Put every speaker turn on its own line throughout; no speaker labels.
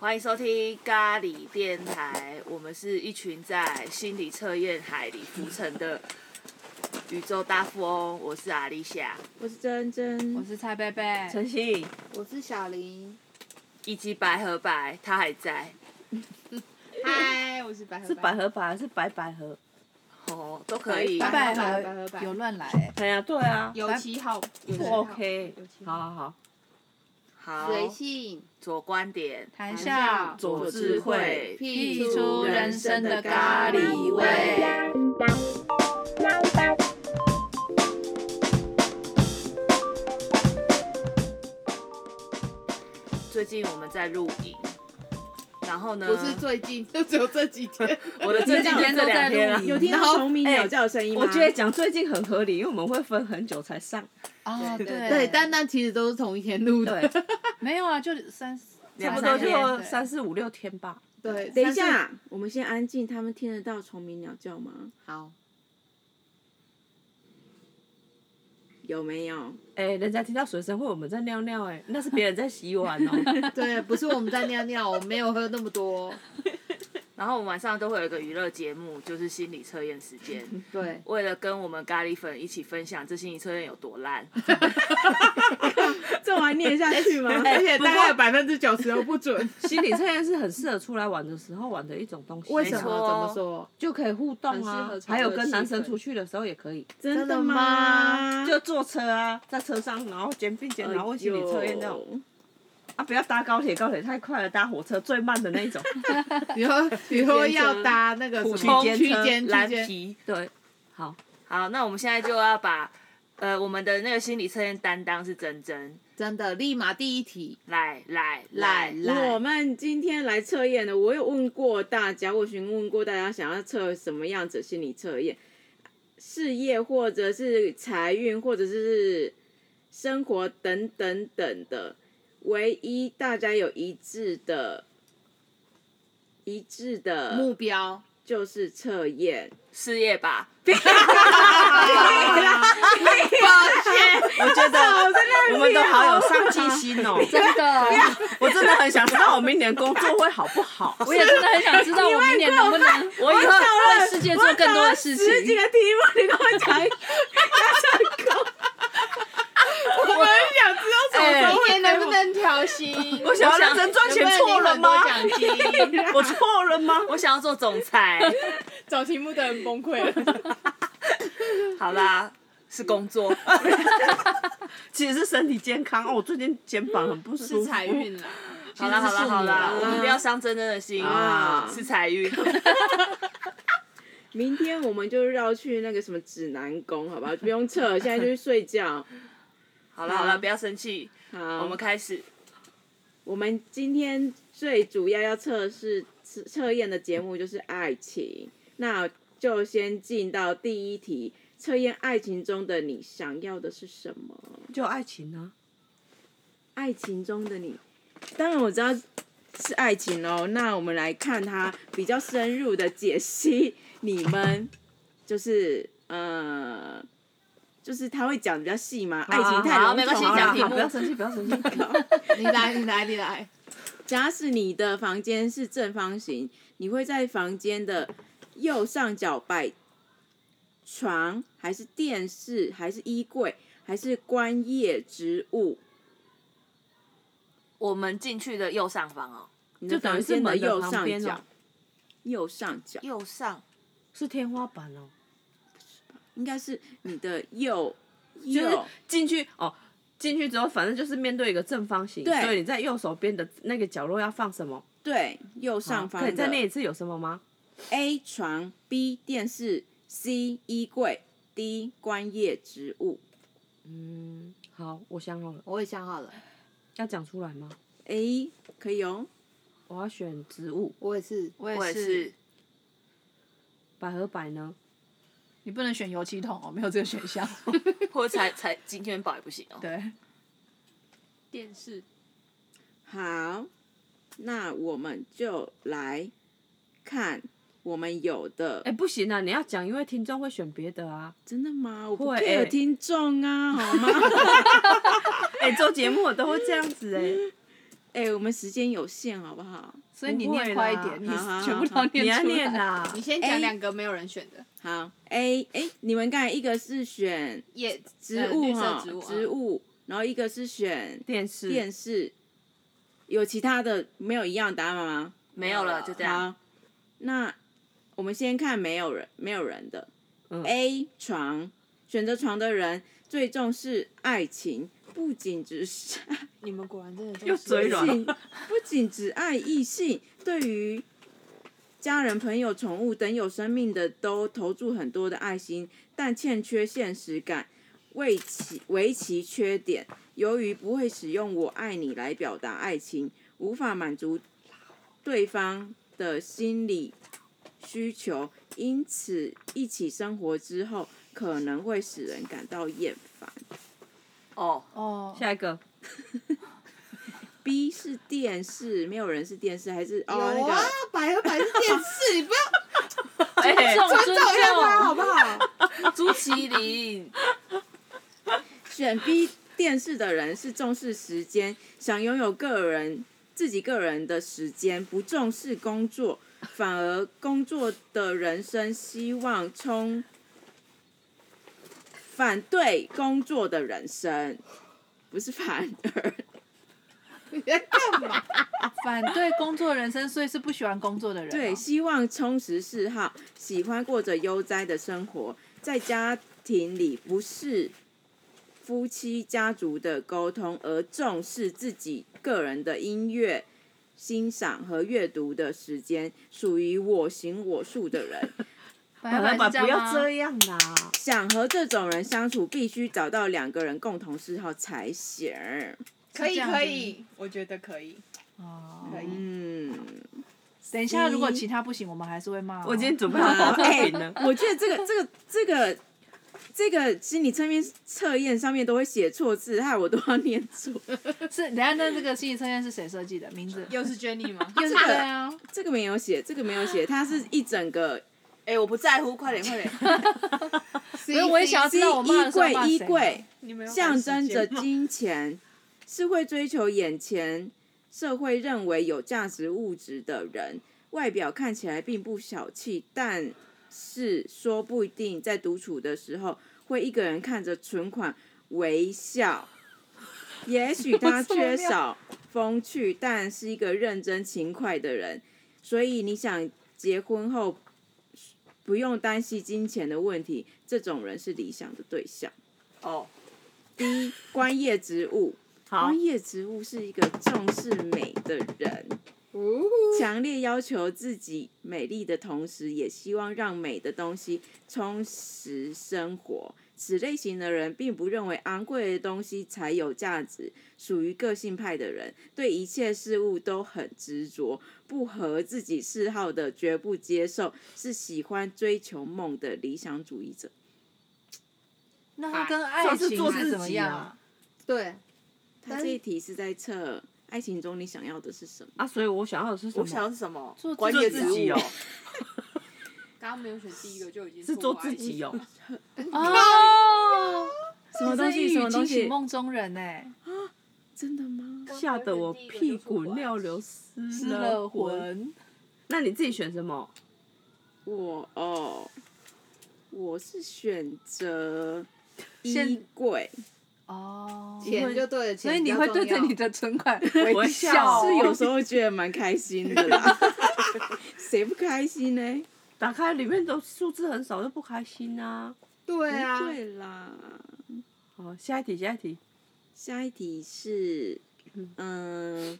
欢迎收听咖喱电台，我们是一群在心理测验海里浮沉的宇宙大富翁。我是阿丽夏，
我是珍
我
嗯
珍，
是蔡贝贝，
陈信，
我是小林，
以及白和白，他还在
嗨，我是百合，
是百合吧？是白百合？
哦，都可以。
拜拜
拜
拜拜拜
有乱来欸，
哎呀，对啊，
有其好，有
不
其好
OK
有。其
好好好，
好，
随性
左观点，
谈
笑
笑
左智慧，
辟出人生的咖
喱
味。
最近我们在露营，然后呢，
不是最近，就只有这几天。
我的最近就是这两天啊
你们两个都在露营
有啊
听
听
到
到
虫
虫鸣鸟叫的声音
吗
我觉得讲最近很合理，因为我们会分很久才上。
啊，对
对，但但其实都是同一天录的
对。，
没有啊，就三
差
差
不多就三
三
四五六天吧。
对，
等一
但是，
下，我们先安静，他们听得到虫鸣鸟叫吗？
好，
有没有？
哎，人家听到水声会我们在尿尿，哎，那是别人在洗碗 哦。
对，不是我们在尿尿，我没有喝那么多。
然后我们晚上都会有一个娱乐节目，就是心理测验时 间。
对，
为了跟我们咖喱粉一起分享这心理测验有多烂，
这我还念下去吗？
而且大概
百分之九十都不 准。
心理测验是很适合出来玩的时候玩的一种东西，
为什么？
没
怎
错
么说？
就可以互动啊
很适合，炒
还有
热
跟男
气
生
氛
出去的时候也可以。
真
的
的
吗
吗？
就坐车啊，在车上，然后肩并肩，
哎
然后问心理哎测验那种、
种。
啊，不要搭高铁，高铁太快了，搭火车最慢的那一种。
以后以后要搭那
哎
个什么
普通
区
车
间
蓝
区间，
皮。
对，
好，那我们现在就要把呃我们的那个心理测验担当是珍珍，
真的立马第一题
来来
来
来，
来
我。们今天来测验的，我有问过大家，我询问过大家想要测什么样子的心理测验，事业或者是财运，或者是生活等等等的。唯一大家有一致的、呃一致的，
目标。
就是测验。
事业吧，
我觉得我们都好有上进心哦、
真的，
哎 我真的很想知道我明年工作会好 不好。
我也真的很想知道我明年能不能，我以后为世界做更多的事
十几
情。
个题目，你跟我讲一个，
哎
明年能不能调薪？
我想要认真赚钱，错了吗？
能不 能领很多奖金
我错了吗？
我想要做总裁。
找题目的人崩溃 了。
好啦，是工 作，
其实是身体健康哦，我最近肩膀很不舒服。
啦，
好啦好啦好啦，
是你啊
我们不要伤珍珍的心
啊
是财运。
明天我们就绕去那个什么指南宫，好不好？不用测，现在就去睡觉。
好啦好啦，不要生气，
好，
我们开始。
我们今天最主要要测试测测验的节目就是爱情，那就先进到第一题，测验爱情中的你想要的是什么？
就爱情啊，
爱情中的你，当然我知道是爱情哦。那我们来看它比较深入的解析，你们就是呃，就是他会讲得比较细嘛，爱情太
好
笼
没关系
统了
讲
好
题
啦
目
不要生气，不要生气。
你来你来你来，
假使你的房间是正方形，你会在房间的右上角摆床，还是电视，还是衣柜，还是观叶植物？
我们进去的右上方哦，
你
就
的
等于
房
是
间的
门的
右
旁
上
边
角
哦，，
右上角
右上
是天花板哦。
应该是你的右
就是
右
进去哦，进去之后反正就是面对一个正方形，
对
所以你在右手边的那个角落要放什么？
对右上
好
方
可以再念
的
一次有什么吗？
A 床，B 电视，C 衣柜，D 观叶植物。
嗯，好，我想好了，
我也想好了，
要讲出来吗？
A 可以哦，
我要选植物，
我也是，
我
我也是，
百合百呢？
你不能选油漆桶哦，没有这个选项。
或者财财金元宝也不行哦。
对，啊
电视
好，那我们就来看我们有的。
哎、不行啊，你要讲，因为听众会选别的啊。
真的吗？我不
会
care
欸
听众啊，好吗？
哎、做节目我都会这样子哎、
哎、我们时间有限，好不好？
所以你念快一点，你
好好好
全部都
你
念
要
出来。
念啊啦
你。先
哎
讲两个没有人选的
好，A 哎、你们刚才一个是选
叶
植
呃
物
绿色
哈、
植物啊，
植物，然后一个是选
电视，
电视，有其他的没有一样答案吗？
没有了，就这样。
好，那我们先看没有人没有人的、
嗯
A 床，选择床的人最重视爱情，不仅只是
你们果然真的都
又
是
嘴软
仅不仅只爱异性，对于家人、朋友、宠物等有生命的都投注很多的爱心，但欠缺现实感，为其为其缺点。由于不会使用“我爱你”来表达爱情，无法满足对方的心理需求，因此一起生活之后可能会使人感到厌烦。
哦，
哦，
下一个
B 是电视，没有人是电视，还是哦
有
那
啊
个。，
百合百是电视，你不要
哎、
重尊
照样啊，
重，
好不好？
朱麒麟，
选 B 电视的人是重视时间，想拥有个人自己个人的时间，不重视工作，反而工作的人生希望冲反对工作的人生，不是反而
你在干嘛？
反对工作人生，所以是不喜欢工作的人啊
对，希望充实嗜好，喜欢过着悠哉的生活，在家庭里不是夫妻家族的沟通，而重视自己个人的音乐欣赏和阅读的时间，属于我行我素的 人。
百
百
合
合
不
是这样啊吗
要这样啊啦。
想和这种人相处，必须找到两个人共同嗜好才行。
可以
这样子
可以，我觉得可以
哦
可以。
嗯，
等一下，如果其他不行，我们还是会骂哦。
我
我
今天准备好保
啊
护
哎
品了。
我觉得这个这个这个这个心理测验测验上面都会写错字，害我都要念错。
是等一下那这个心理测验是谁设计的名 字？
又是 Jenny 吗？
就是对啊，
这个没有写，这个没有写，它是一整个
哎、我不在乎， 快点快点。
所
以 我也想要知道我骂
衣
的时候
柜
骂谁
衣 柜
你们有
象
赶
征
时
着
间吗
金钱，是会追求眼前社会认为有价值物质的人，外表看起来并不小气，但是说不一定在独处的时候会一个人看着存款微笑。也 许他缺少风趣，但是一个认真勤快的人，所以你想结婚后不用担心金钱的问题，这种人是理想的对象。
哦，
D 观叶植物，
好
观叶植物是一个重视美的人，强烈要求自己美丽的同时，也希望让美的东西充实生活。此类型的人并不认为昂贵的东西才有价值，属于个性派的人，对一切事物都很执着，不合自己嗜好的绝不接受，是喜欢追求梦的理想主义者。
那他跟爱
上次做
情
自
是
己
怎么样
啊
啊？
对，
他这一题是在测爱情中你想要的是什么？
啊，所以我想要的是什
我想
么？
要是什么？
做
啊
关
做
键
自
植
己
物
哦，
刚刚没有选第一个就已经
是做自
爱
己
情
哦。
哦，
什么东西？什
你是一
么
语
东
惊
西
醒？梦中人哎，
真的吗？
吓得我屁股尿流湿
失了。魂。
那你自己选什么？
我哦，我是选择
现
衣柜，
哦，
钱就对了，
所以
钱比
你
较
会对着
重要
你的存款
微
微
笑
笑，
是有时候觉得蛮开心的啦。谁不开心呢？
打开里面的数字很少，就不开心啊。
对啊
不，会啦。
好，下一题，下一题。
下一题是，嗯，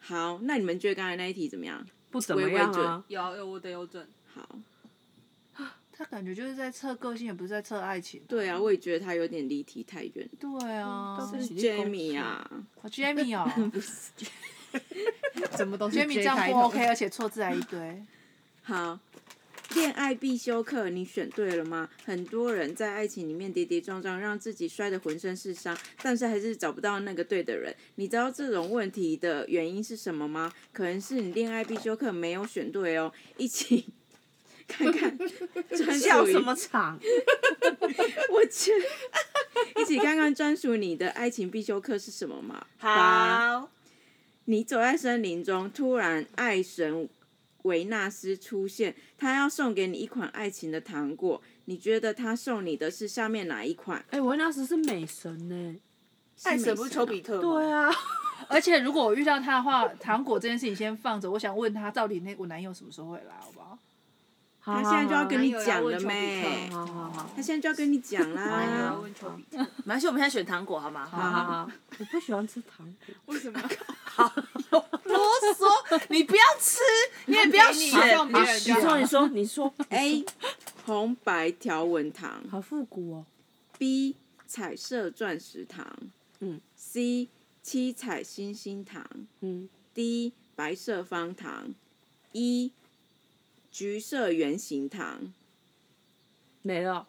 好，那你们觉得刚才那一题怎么样？
不怎么样
微微准
啊，
有有我的有准，
好，
他感觉就是在测个性，也不是在测爱情。
对啊，我也觉得他有点离题太远。
对啊，
都是
是 Jamie 啊，
哦 Jamie 哦
怎么都是
，Jamie 这
J
样
开
不
头
OK，而且错字还一堆。
好，恋爱必修课你选对了吗？很多人在爱情里面跌跌撞撞，让自己摔得浑身是伤，但是还是找不到那个对的人。你知道这种问题的原因是什么吗？可能是你恋爱必修课没有选对哦。一起看看专
笑
属于
什么场？
我去，
啊
一起看看专属你的爱情必修课是什么嘛？吧。
好，
你走在森林中，突然爱神维纳斯出现，他要送给你一款爱情的糖果。你觉得他送你的是下面哪一款？
哎，维纳斯是美神呢。
爱神不是丘比特吗？
对啊，
而且如果我遇到他的话，糖果这件事情先放着，我想问他到底那我男友什么时候会来，好不好？
他现在就要跟
哦
你讲了
没
没？
好好好，
他现在就要跟你讲
哎
啊，
啦。
问丘比特
没关系，我们现在选糖果好吗？好
好好好，我不喜欢吃糖 果。
为什么？
啰嗦，你不要吃，你也不要选。
送别人
你
就
说，
好
你 说，你说，
A 哎红白条纹糖
哎好复古哦。
，B 彩色钻石糖，
嗯
，C 七彩星星糖
嗯，
，D 白色方糖，E 橘色圆形糖。
没了。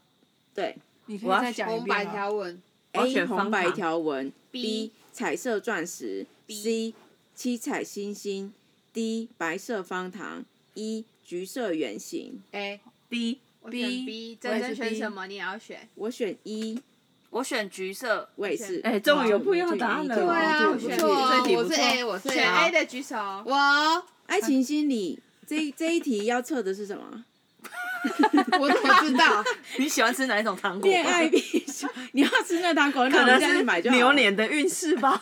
对
你可以再讲一
红白
遍吗
条纹，
我要
，A
选方
红白
糖
条纹
B
，B 彩色钻石，C 七彩星星，D 白色方糖，E 橘色圆形。
哎，
B，
我选 B，
B，
真
我
真
也是
选
B
什么你也要选。
我选 E，
我选橘色。
我也是。
哎，终于有不一样的答案了。
对
对啊，
哦
我
这
选
个
错
这
哦，
题
我
不
是
错
A，我是
对
选
啊
A 的举手。我
爱情心理这这一题要测的是什么？
我怎么知 道？
你喜欢吃哪一种糖果？
恋爱必修。你要吃那糖果，那
可
我们
能
下去买
是
就好了
牛。年的运势 吧。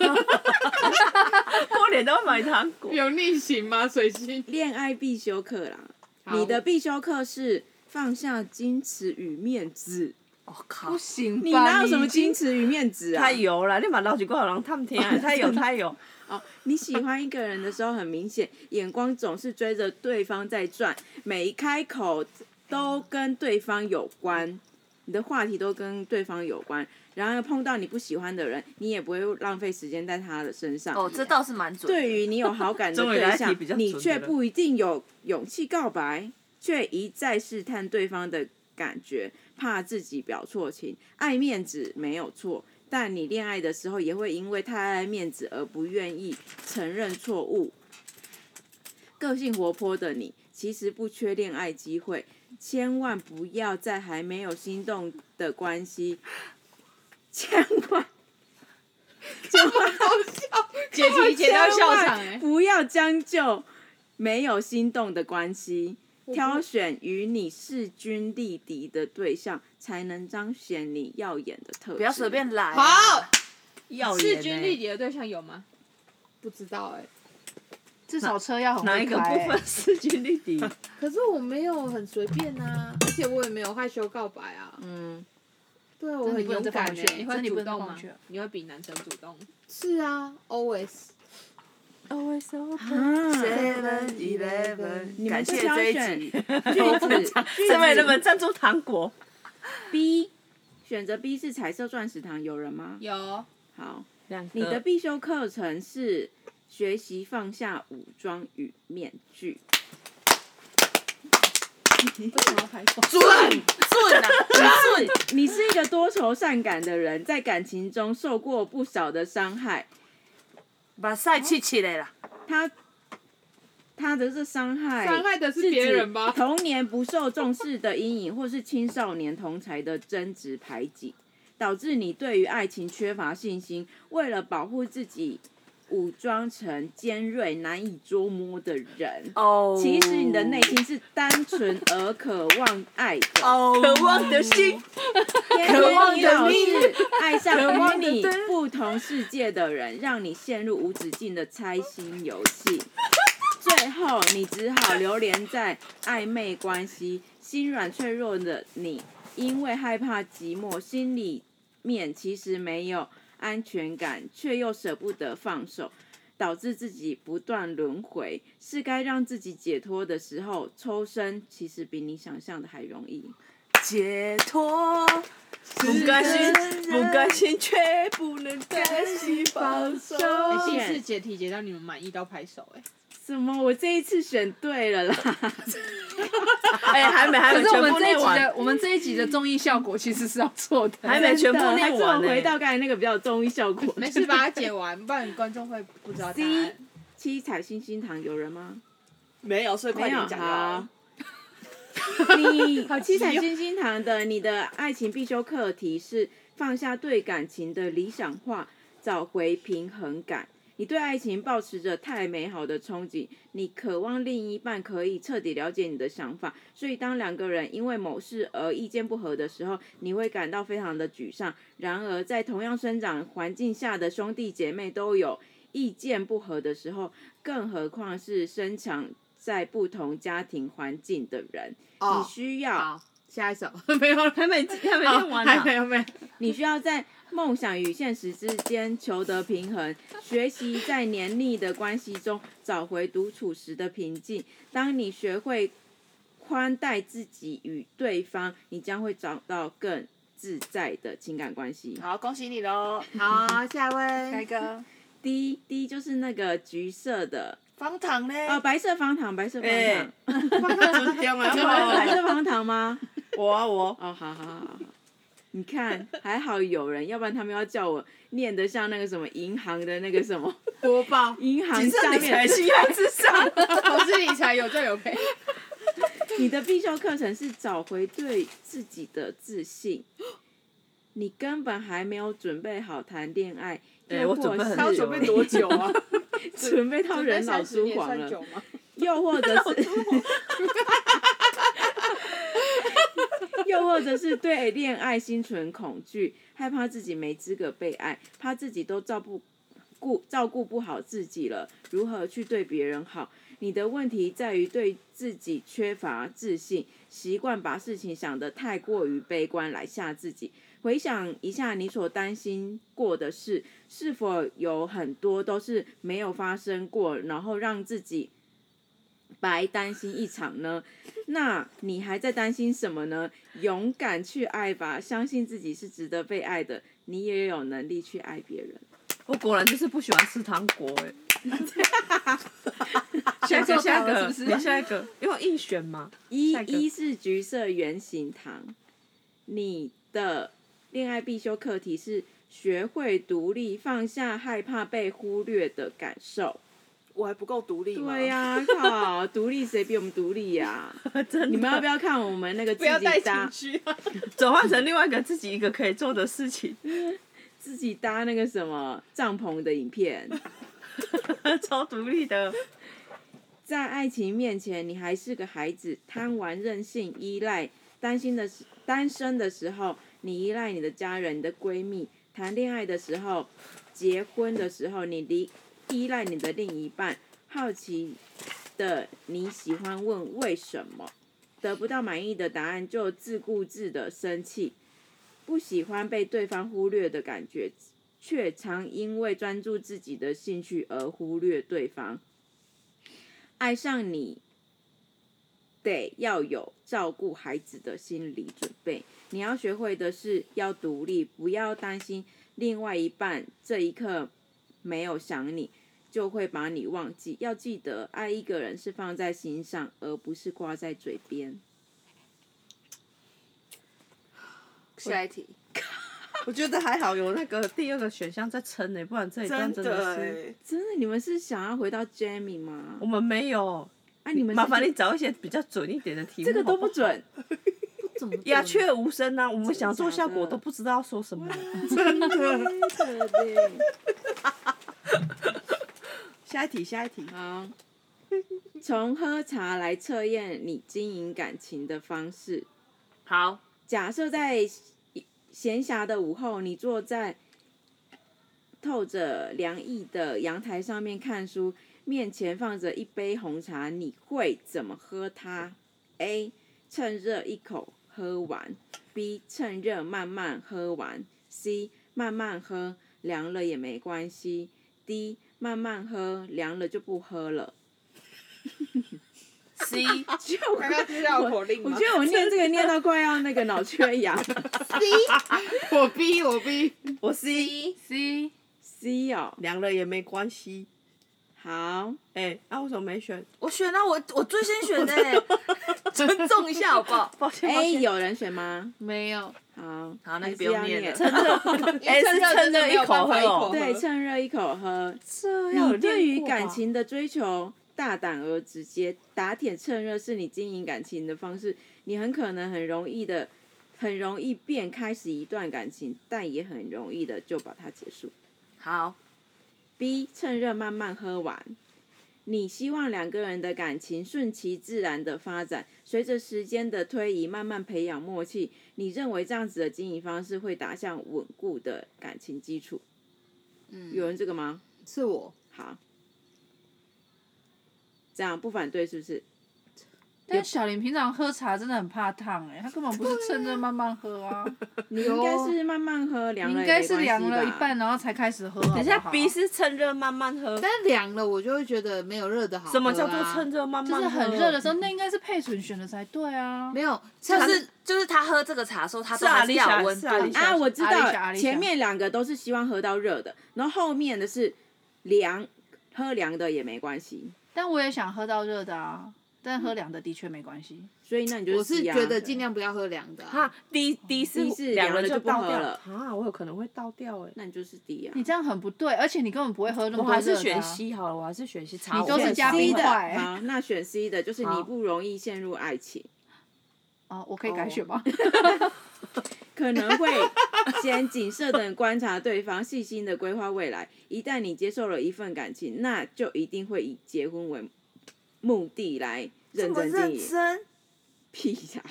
过年都会买糖果。
有逆行吗？水星？
恋爱必修课啦，
好
你的必修课是放下矜持与面子。
我靠
不！行吧？
你哪有什么
已经
矜持与面子啊
太？油了，你把老几个人他们听啊，太油太油。
哦，你喜欢一个人的时候，很明显，眼光总是追着对方在转，每一开口都跟对方有关，你的话题都跟对方有关。然后碰到你不喜欢的人，你也不会浪费时间在他的身上。
哦，这倒是蛮准。
对于你有好感的
终于
对
来一题
象
比较，
你
准的
却
了
不一定有勇气告白，却一再试探对方的感觉，怕自己表错情。爱面子没有错，但你恋爱的时候也会因为太爱面子而不愿意承认错误。个性活泼的你，其实不缺恋爱机会，千万不要在还没有心动的关系， 千万。千万
解题解到笑场
欸
哎、
不要将就没有心动的关系，挑选与你势均力敌的对象，才能彰显你耀眼的特质。
不要随便来、啊。
好，
耀
势均
眼欸。
力敌的对象有吗？不知道哎、
至少车要很会
哪一个
开
部分
欸？
势均力敌？
可是我没有很随便啊，而且我也没有害羞告白啊。
嗯，
对啊，我很勇敢
这你不能再放弃
欸你
这
会
你不
主
能再
动
放
吗
弃了？
你会比男生主动？是啊，always。
啊，
Seven Eleven，
你
感
们就
谢
挑
这一
选
集。
句子，
是没 人们赞助糖果。
B，选择 B 是彩色钻石糖，有人吗？
有，
好，
两个
你的必修课程是学习放下武装与面具。
为什么要拍手？
准准啊，准！
你是一个多愁善感的人，在感情中受过不少的伤害，
把赛气起来啦。
他他的这伤害，
伤害的是别人吧？
童年不受重视的阴影，或是青少年同才的争执排挤，导致你对于爱情缺乏信心。为了保护自己，武装成尖锐、难以捉摸的人。
哦，
其实你的内心是单纯而渴望爱的，
哦，
渴望的心，
天天老是爱上与你不同世界的人，让你陷入无止境的猜心游戏。最后，你只好流连在暧昧关系，心软脆弱的你，因为害怕寂寞，心里面其实没有安全感，却又舍不得放手，导致自己不断轮回。是该让自己解脱的时候，抽身其实比你想象的还容易。
解脱。
不甘心，不甘心却不能甘心放手。
哎
谢
第一
谢
次解题解到你们满意到拍手哎、
什么？我这一次选对了 啦！
哎，还没，还
可
没
是我
全
们
部
这一
念
集
完，
的我们这一集的综艺效果其实是要错的，
还没全部
还
念
是我
完
回
呢。
到刚才那个比较有综艺效果。
没事，把它解完，不然观众会不知道答案。
七彩星星糖有人吗？
没有，所以
没有。
讲就好
好
了。，
你 好，七彩星星糖的你的爱情必修课题是放下对感情的理想化，找回平衡感。你对爱情抱持着太美好的憧憬，你渴望另一半可以彻底了解你的想法，所以当两个人因为某事而意见不合的时候，你会感到非常的沮丧。然而，在同样生长环境下的兄弟姐妹都有意见不合的时候，更何况是生长在不同家庭环境的人，你
哦，
需要。
好，下一首没有了，还没还没
念完呢
还没有没有。
你需要在梦想与现实之间求得平衡，学习在黏腻的关系中找回独处时的平静。当你学会宽待自己与对方，你将会找到更自在的情感关系。
好，恭喜你喽！
好，下一
下一
位，
个
第一，第一就是那个橘色的，
方糖嘞，
哦，白色方糖，白色方
哎
糖，
尊重
白
啊！
色方糖吗？
我啊我，
哦，好好好好，好， 你看，还好有人，要不然他们要叫我念得像那个什么银行的那个什么，
播报
银行
谨
下
慎理财
面。
信用至上。
投资理财有赚有赔。
你的必修课程是找回对自己的自信。你根本还没有准备好谈恋爱，
哎
又
我
或
准备很
是
久他要
他要
准备
准备
多
多久 啊？
准备到人老
30
珠
年
黄
算
了
久，吗？
又或者是，又或者是对恋爱心存恐惧，害怕自己没资格被爱，怕自己都照顾顾照顾不好自己了，如何去对别人好？你的问题在于对自己缺乏自信，习惯把事情想得太过于悲观来吓自己。回想一下你所担心过的事，是否有很多都是没有发生过，然后让自己白担心一场呢？那你还在担心什么呢？勇敢去爱吧，相信自己是值得被爱的，你也有能力去爱别人。
我果然就是不喜欢吃糖果哎。下
想
一个，
做
下一
糖
个，
了是不是
你下一个，因为我硬选嘛。
一
下一个
一是橘色圆形糖，你的恋爱必修课题是学会独立，放下害怕被忽略的感受。
我还不够独立吗？
对呀、 靠，独立谁比我们独立呀、
真
你
的，
们要不要看我们那个自
不要带
己
情
搭
绪啊！
转换成另外一个自己一个可以做的事情，
自己搭那个什么帐篷的影片？
超独立的。
在爱情面前，你还是个孩子，贪玩、任性、依赖。担心的时，单身的时候，你依赖你的家人、你的闺蜜；谈恋爱的时候，结婚的时候，你离依赖你的另一半。好奇的你喜欢问为什么，得不到满意的答案就自顾自的生气，不喜欢被对方忽略的感觉，却常因为专注自己的兴趣而忽略对方。爱上你，得要有照顾孩子的心理准备。你要学会的是要独立，不要担心另外一半这一刻没有想你，就会把你忘记。要记得，爱一个人是放在心上，而不是挂在嘴边。
下一题，
我觉得还好有那个第二个选项在撑呢、不然这一段
真
真
的
的欸
哎、
是。
真的，你们是想要回到 Jamie 吗
我？们没有，
啊，你们是
麻烦你找一些比较准一点的题目。
这个都不
好好，
准，
怎么
鸦雀无声啊！我们想做效果
真的
都不知道说什么。下一题，下一题。
好，从喝茶来测验你经营感情的方式。
好，
假设在闲暇的午后，你坐在透着凉意的阳台上面看书，面前放着一杯红茶，你会怎么喝它？A. 趁热一口喝完；B. 趁热慢慢喝完；C. 慢慢喝，凉了也没关系；D. 慢慢喝，凉了就不喝了。
C
就
刚刚接到口令
我
吗
觉得我念这个念到快要那个脑缺氧。
我逼我逼，
我 C
C
C 哦，
凉了也没关系。
好，
哎、那、为什么没选？
我选啊，我我最先选的、 欸，尊重一下好不好？
抱歉，抱
哎，
歉。
有人选吗？
没有，
好，
好那就
还
是不用
要
念
念
了。
趁热，哎、是趁热一口喝哦。
对，趁热一口 喝。
这要
你对于
啊
感情的追求大胆而直接，打铁趁热是你经营感情的方式。你很可能很容易的，很容易便开始一段感情，但也很容易的就把它结束。
好，
B 趁热慢慢喝完。你希望两个人的感情顺其自然的发展，随着时间的推移，慢慢培养默契。你认为这样子的经营方式会打向稳固的感情基础？有
嗯，
人这个吗？
是我，
好，这样不反对是不是？
但是小林平常喝茶真的很怕烫哎、欸，他根本不是趁热慢慢喝啊，
你应该是慢慢喝，凉
你
了
应
也
该
没
是
关系
凉了
吧啊
一半，然后才开始喝好不好。
等一下鼻是趁热慢慢喝，
但凉了我就会觉得没有热的好、啊
什么叫做趁？热慢
就
慢喝？
是很热的时候，那应该是配醇选的才对啊。
没有，就
就是就是他喝这个茶的时候，他
是
都还
阿丽
要
莎
有温
是
度
阿丽莎
啊，我知
阿丽莎阿
道，
丽莎
前面两个都是希望喝到热的，然后后面的是凉，喝凉的也没关系。
但我也想喝到热的啊，但喝凉的的确没关系。
所以那你就
我是
C 啊
觉得尽量不要喝凉的、啊。
哈，第第一
第一
次
次
两
凉了
人
就不
倒
喝
掉
了
啊，我有可能会倒掉哎。
那你就是 D 啊。
你这样很不对，而且你根本不会喝那么
我
多热
还
的、
是
啊。
选 C 好了，我还是选 C。茶
你
我
都是
选
加
C
冰
冰
的，
块
好，那选 C 的就是你
好
不容易陷入爱情，
哦，我可以改选吗？
可能会先谨慎的观察对方，细心的规划未来。一旦你接受了一份感情，那就一定会以结婚为目的来认真经营。
真，
屁呀、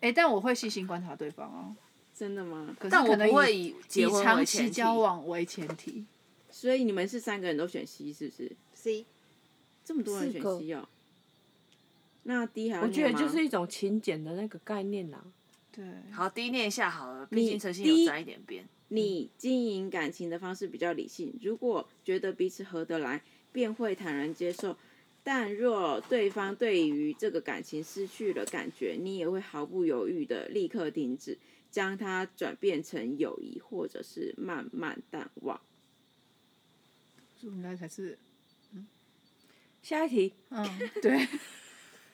哎、但我会细心观察对方哦。
真的吗？
可是
但我
可能
不会
以
以结
以
婚
长
为
期
前提。
交往为前提。
所以你们是三个人都选 C 是不是？
C，
这么多人选
四个
C 哦。那 D 还要
我觉得
念吗
就是一种勤俭的那个概念啦。
对，
好，第一念一下好了，毕
你
竟诚信
第一
有沾一点边。
嗯
你经营感情的方式比较理性，如果觉得彼此合得来，便会坦然接受。但若对方对于这个感情失去了感觉，你也会毫不犹豫的立刻停止，将它转变成友谊，或者是慢慢淡忘。
这应该才是
下一题，
嗯， 对，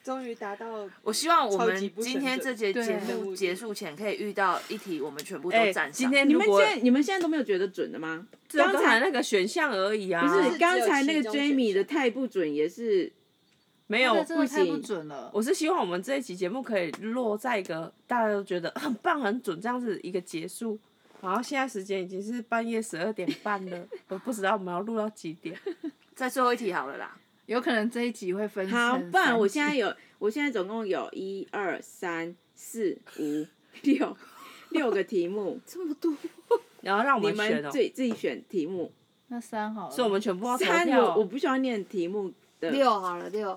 终于达到
我希望我
超级
们
不
今天这节
对
节目结束前可以遇到一题，我们全部都
哎，
占
今
上。
天
你
如
们现
果
在你们现在都没有觉得准的吗？
只有刚
刚才
才那个选项而已啊，
不
就是
是，刚才那
只
个
有其中选
Jamie 的太不准，也是
没
这
有
个真的太不
行。
准了。
我是希望我们这一期节目可以落在一个大家都觉得很棒、很准这样子一个结束。然后现在时间已经是半夜十二点半 了，我不知道我们要录到几点。
在最后一题好了啦，
有可能这一集会分
好
成。
不然
三
我
集
现在有，我现在总共有一二三四五 六六个题目。
这么多，
然后让我
你
们选
们
哦，
自己自己选题目，
那三好了，
所以我们全部要投
三我
票
我
哦。
不需要念题目的，
六好了六，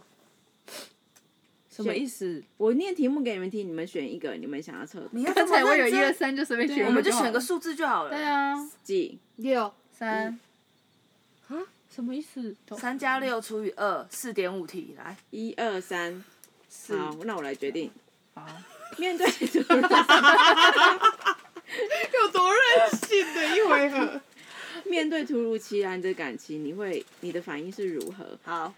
什么意思？
我念题目给你们听，你们选一个你们想要测的
你要
刚才我有一
认
二
真，
三就随便选一
对
好了，
我们就选个数字就好
啊对
了。
啊，
几，
六
三
啊？什么意思？
三加六除以二，四点五题来。
一二三，
四
好，那我来决定。
好，
面对
有多任性的一回合？
面对突如其来的感情，你会你的反应是如何？
好，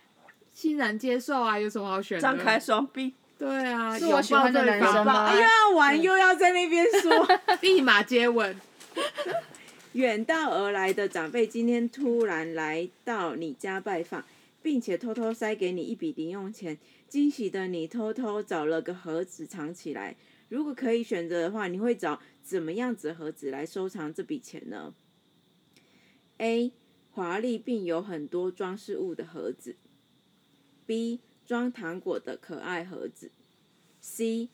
欣然接受啊，有什么好选的？
张开双臂，
对啊，
是我喜欢的男生吗
拥抱对方哎呀，
那玩又要在那边说，
立马接吻，
远道而来的长辈今天突然来到你家拜访，并且偷偷塞给你一笔零用钱，惊喜的你偷偷找了个盒子藏起来。如果可以选择的话，你会找怎么样子的盒子来收藏这笔钱呢？A. 华丽并有很多装饰物的盒子。B. 装糖果的可爱盒子。C.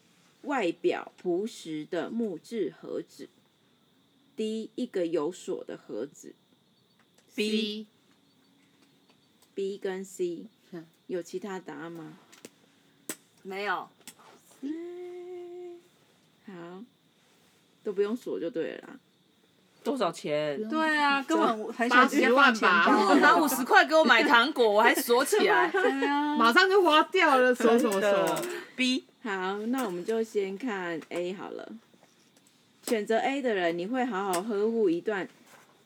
外表朴实的木质盒子。D. 一个有锁的盒子。
B
B 跟 C
嗯
有其他答案吗？
没有，
好，都不用锁就对了啦。
多少钱？
对啊，
根本很想
八
直接
十
放
万
钱包
吧，
拿五十块给我买糖果，我还锁起来。
对啊，
马上就花掉了，说什么
的
说？
B
好，那我们就先看 A 好了。选择 A 的人，你会好好呵护一段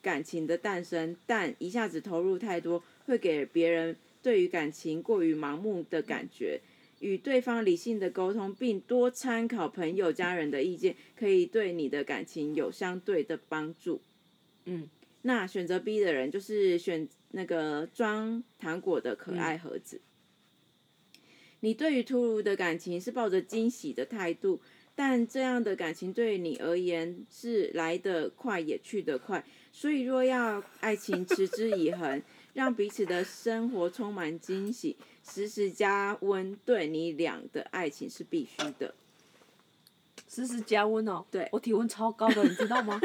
感情的诞生，但一下子投入太多，会给别人对于感情过于盲目的感觉。与对方理性的沟通，并多参考朋友、家人的意见，可以对你的感情有相对的帮助。
嗯，
那选择 B 的人就是选那个装糖果的可爱盒子。你对于突如的感情是抱着惊喜的态度，但这样的感情对你而言是来得快也去得快，所以若要爱情持之以恒，让彼此的生活充满惊喜，时时加温，对你俩的爱情是必须的。
时时加温哦。
对
我体温超高的，你知道吗？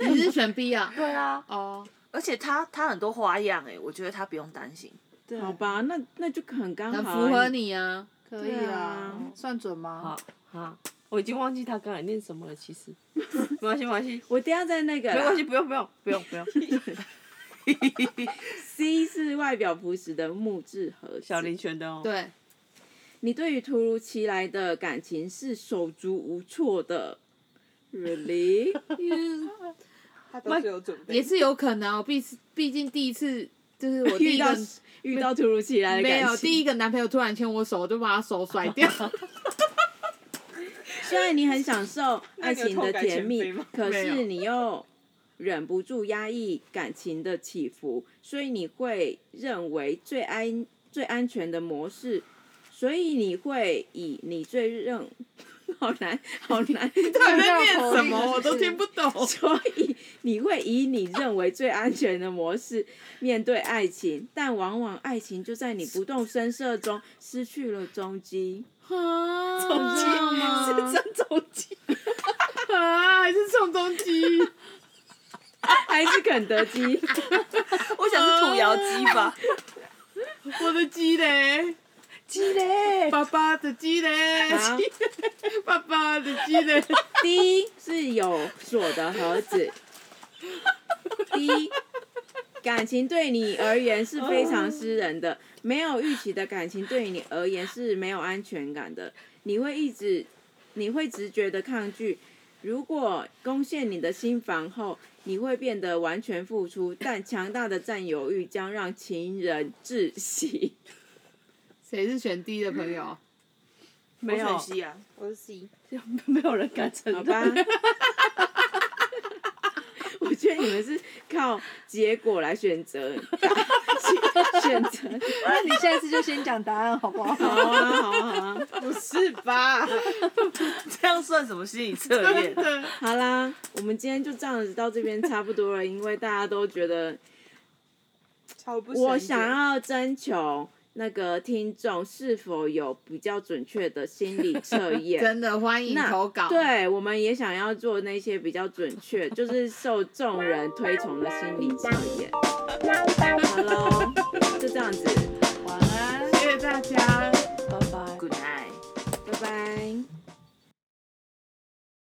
你是选 B 啊？
对啊，
哦，
而且他他很多花样哎、我觉得他不用担心。
对，
好吧，那那就很刚
很
好、啊，
符合你啊。
可以
对
啊
啊，
算准吗
好？啊，我已经忘记他刚才念什么了，其实。 没关系，没关系，
我等一下在那个啦
没关系，不用，不用，不用，不用。
C 是外表朴实的木质和
小林选的哦。
对，
你对于突如其来的感情是手足无措的，really？
他都是有准备。
也是有可能哦。毕毕竟第一次就是我第
遇
一
到
个
遇到突如其来的
没有
感
第
情，
一个男朋友突然牵我手，我就把他手甩掉。
虽然你很享 受爱情的甜
那你
蜜
有痛，
可
没
是
有
你又忍不住压抑感情的起伏，所以你会认为最安最安全的模式，所以你会以你最认好难 好难，
你
对
在念什么？我都听不懂。
所以你会以你认为最安全的模式面对爱情，但往往爱情就在你不动声色中失去了踪迹，
啊，
你知道 吗？
啊，还是宋仲基？
还是肯德 基？
我想是土窑鸡吧，
我的鸡嘞，
鸡嘞，
爸爸的 鸡嘞，
啊
爸爸的鸡嘞，
第一是有锁的盒子。第一，感情对你而言是非常私人的，没有预期的感情对你而言是没有安全感的，你会一直，你会直觉的抗拒。如果攻陷你的心房后，你会变得完全付出，但强大的占有欲将让情人窒息。
谁是选 D 的朋友？
没有
我，选西啊，
我是 C，
没有人敢承
好
认。
吧。 我觉得你们是靠结果来选择，选择
那你下一次就先讲答案好不好？
好啊好啊好啊，
不是吧？
这样算什么心理测 验？
好啦，我们今天就这样子到这边差不多了，因为大家都觉得
超不
我
省
想
钱
要征求那个听众是否有比较准确的心理测验。
真的欢迎
那
投稿。，
对，啊我们也想要做那些比较准确，就是受众人推崇的心理测验。好喽，就这样子。
晚安。
谢谢大家。
拜拜。
Good night。
拜拜。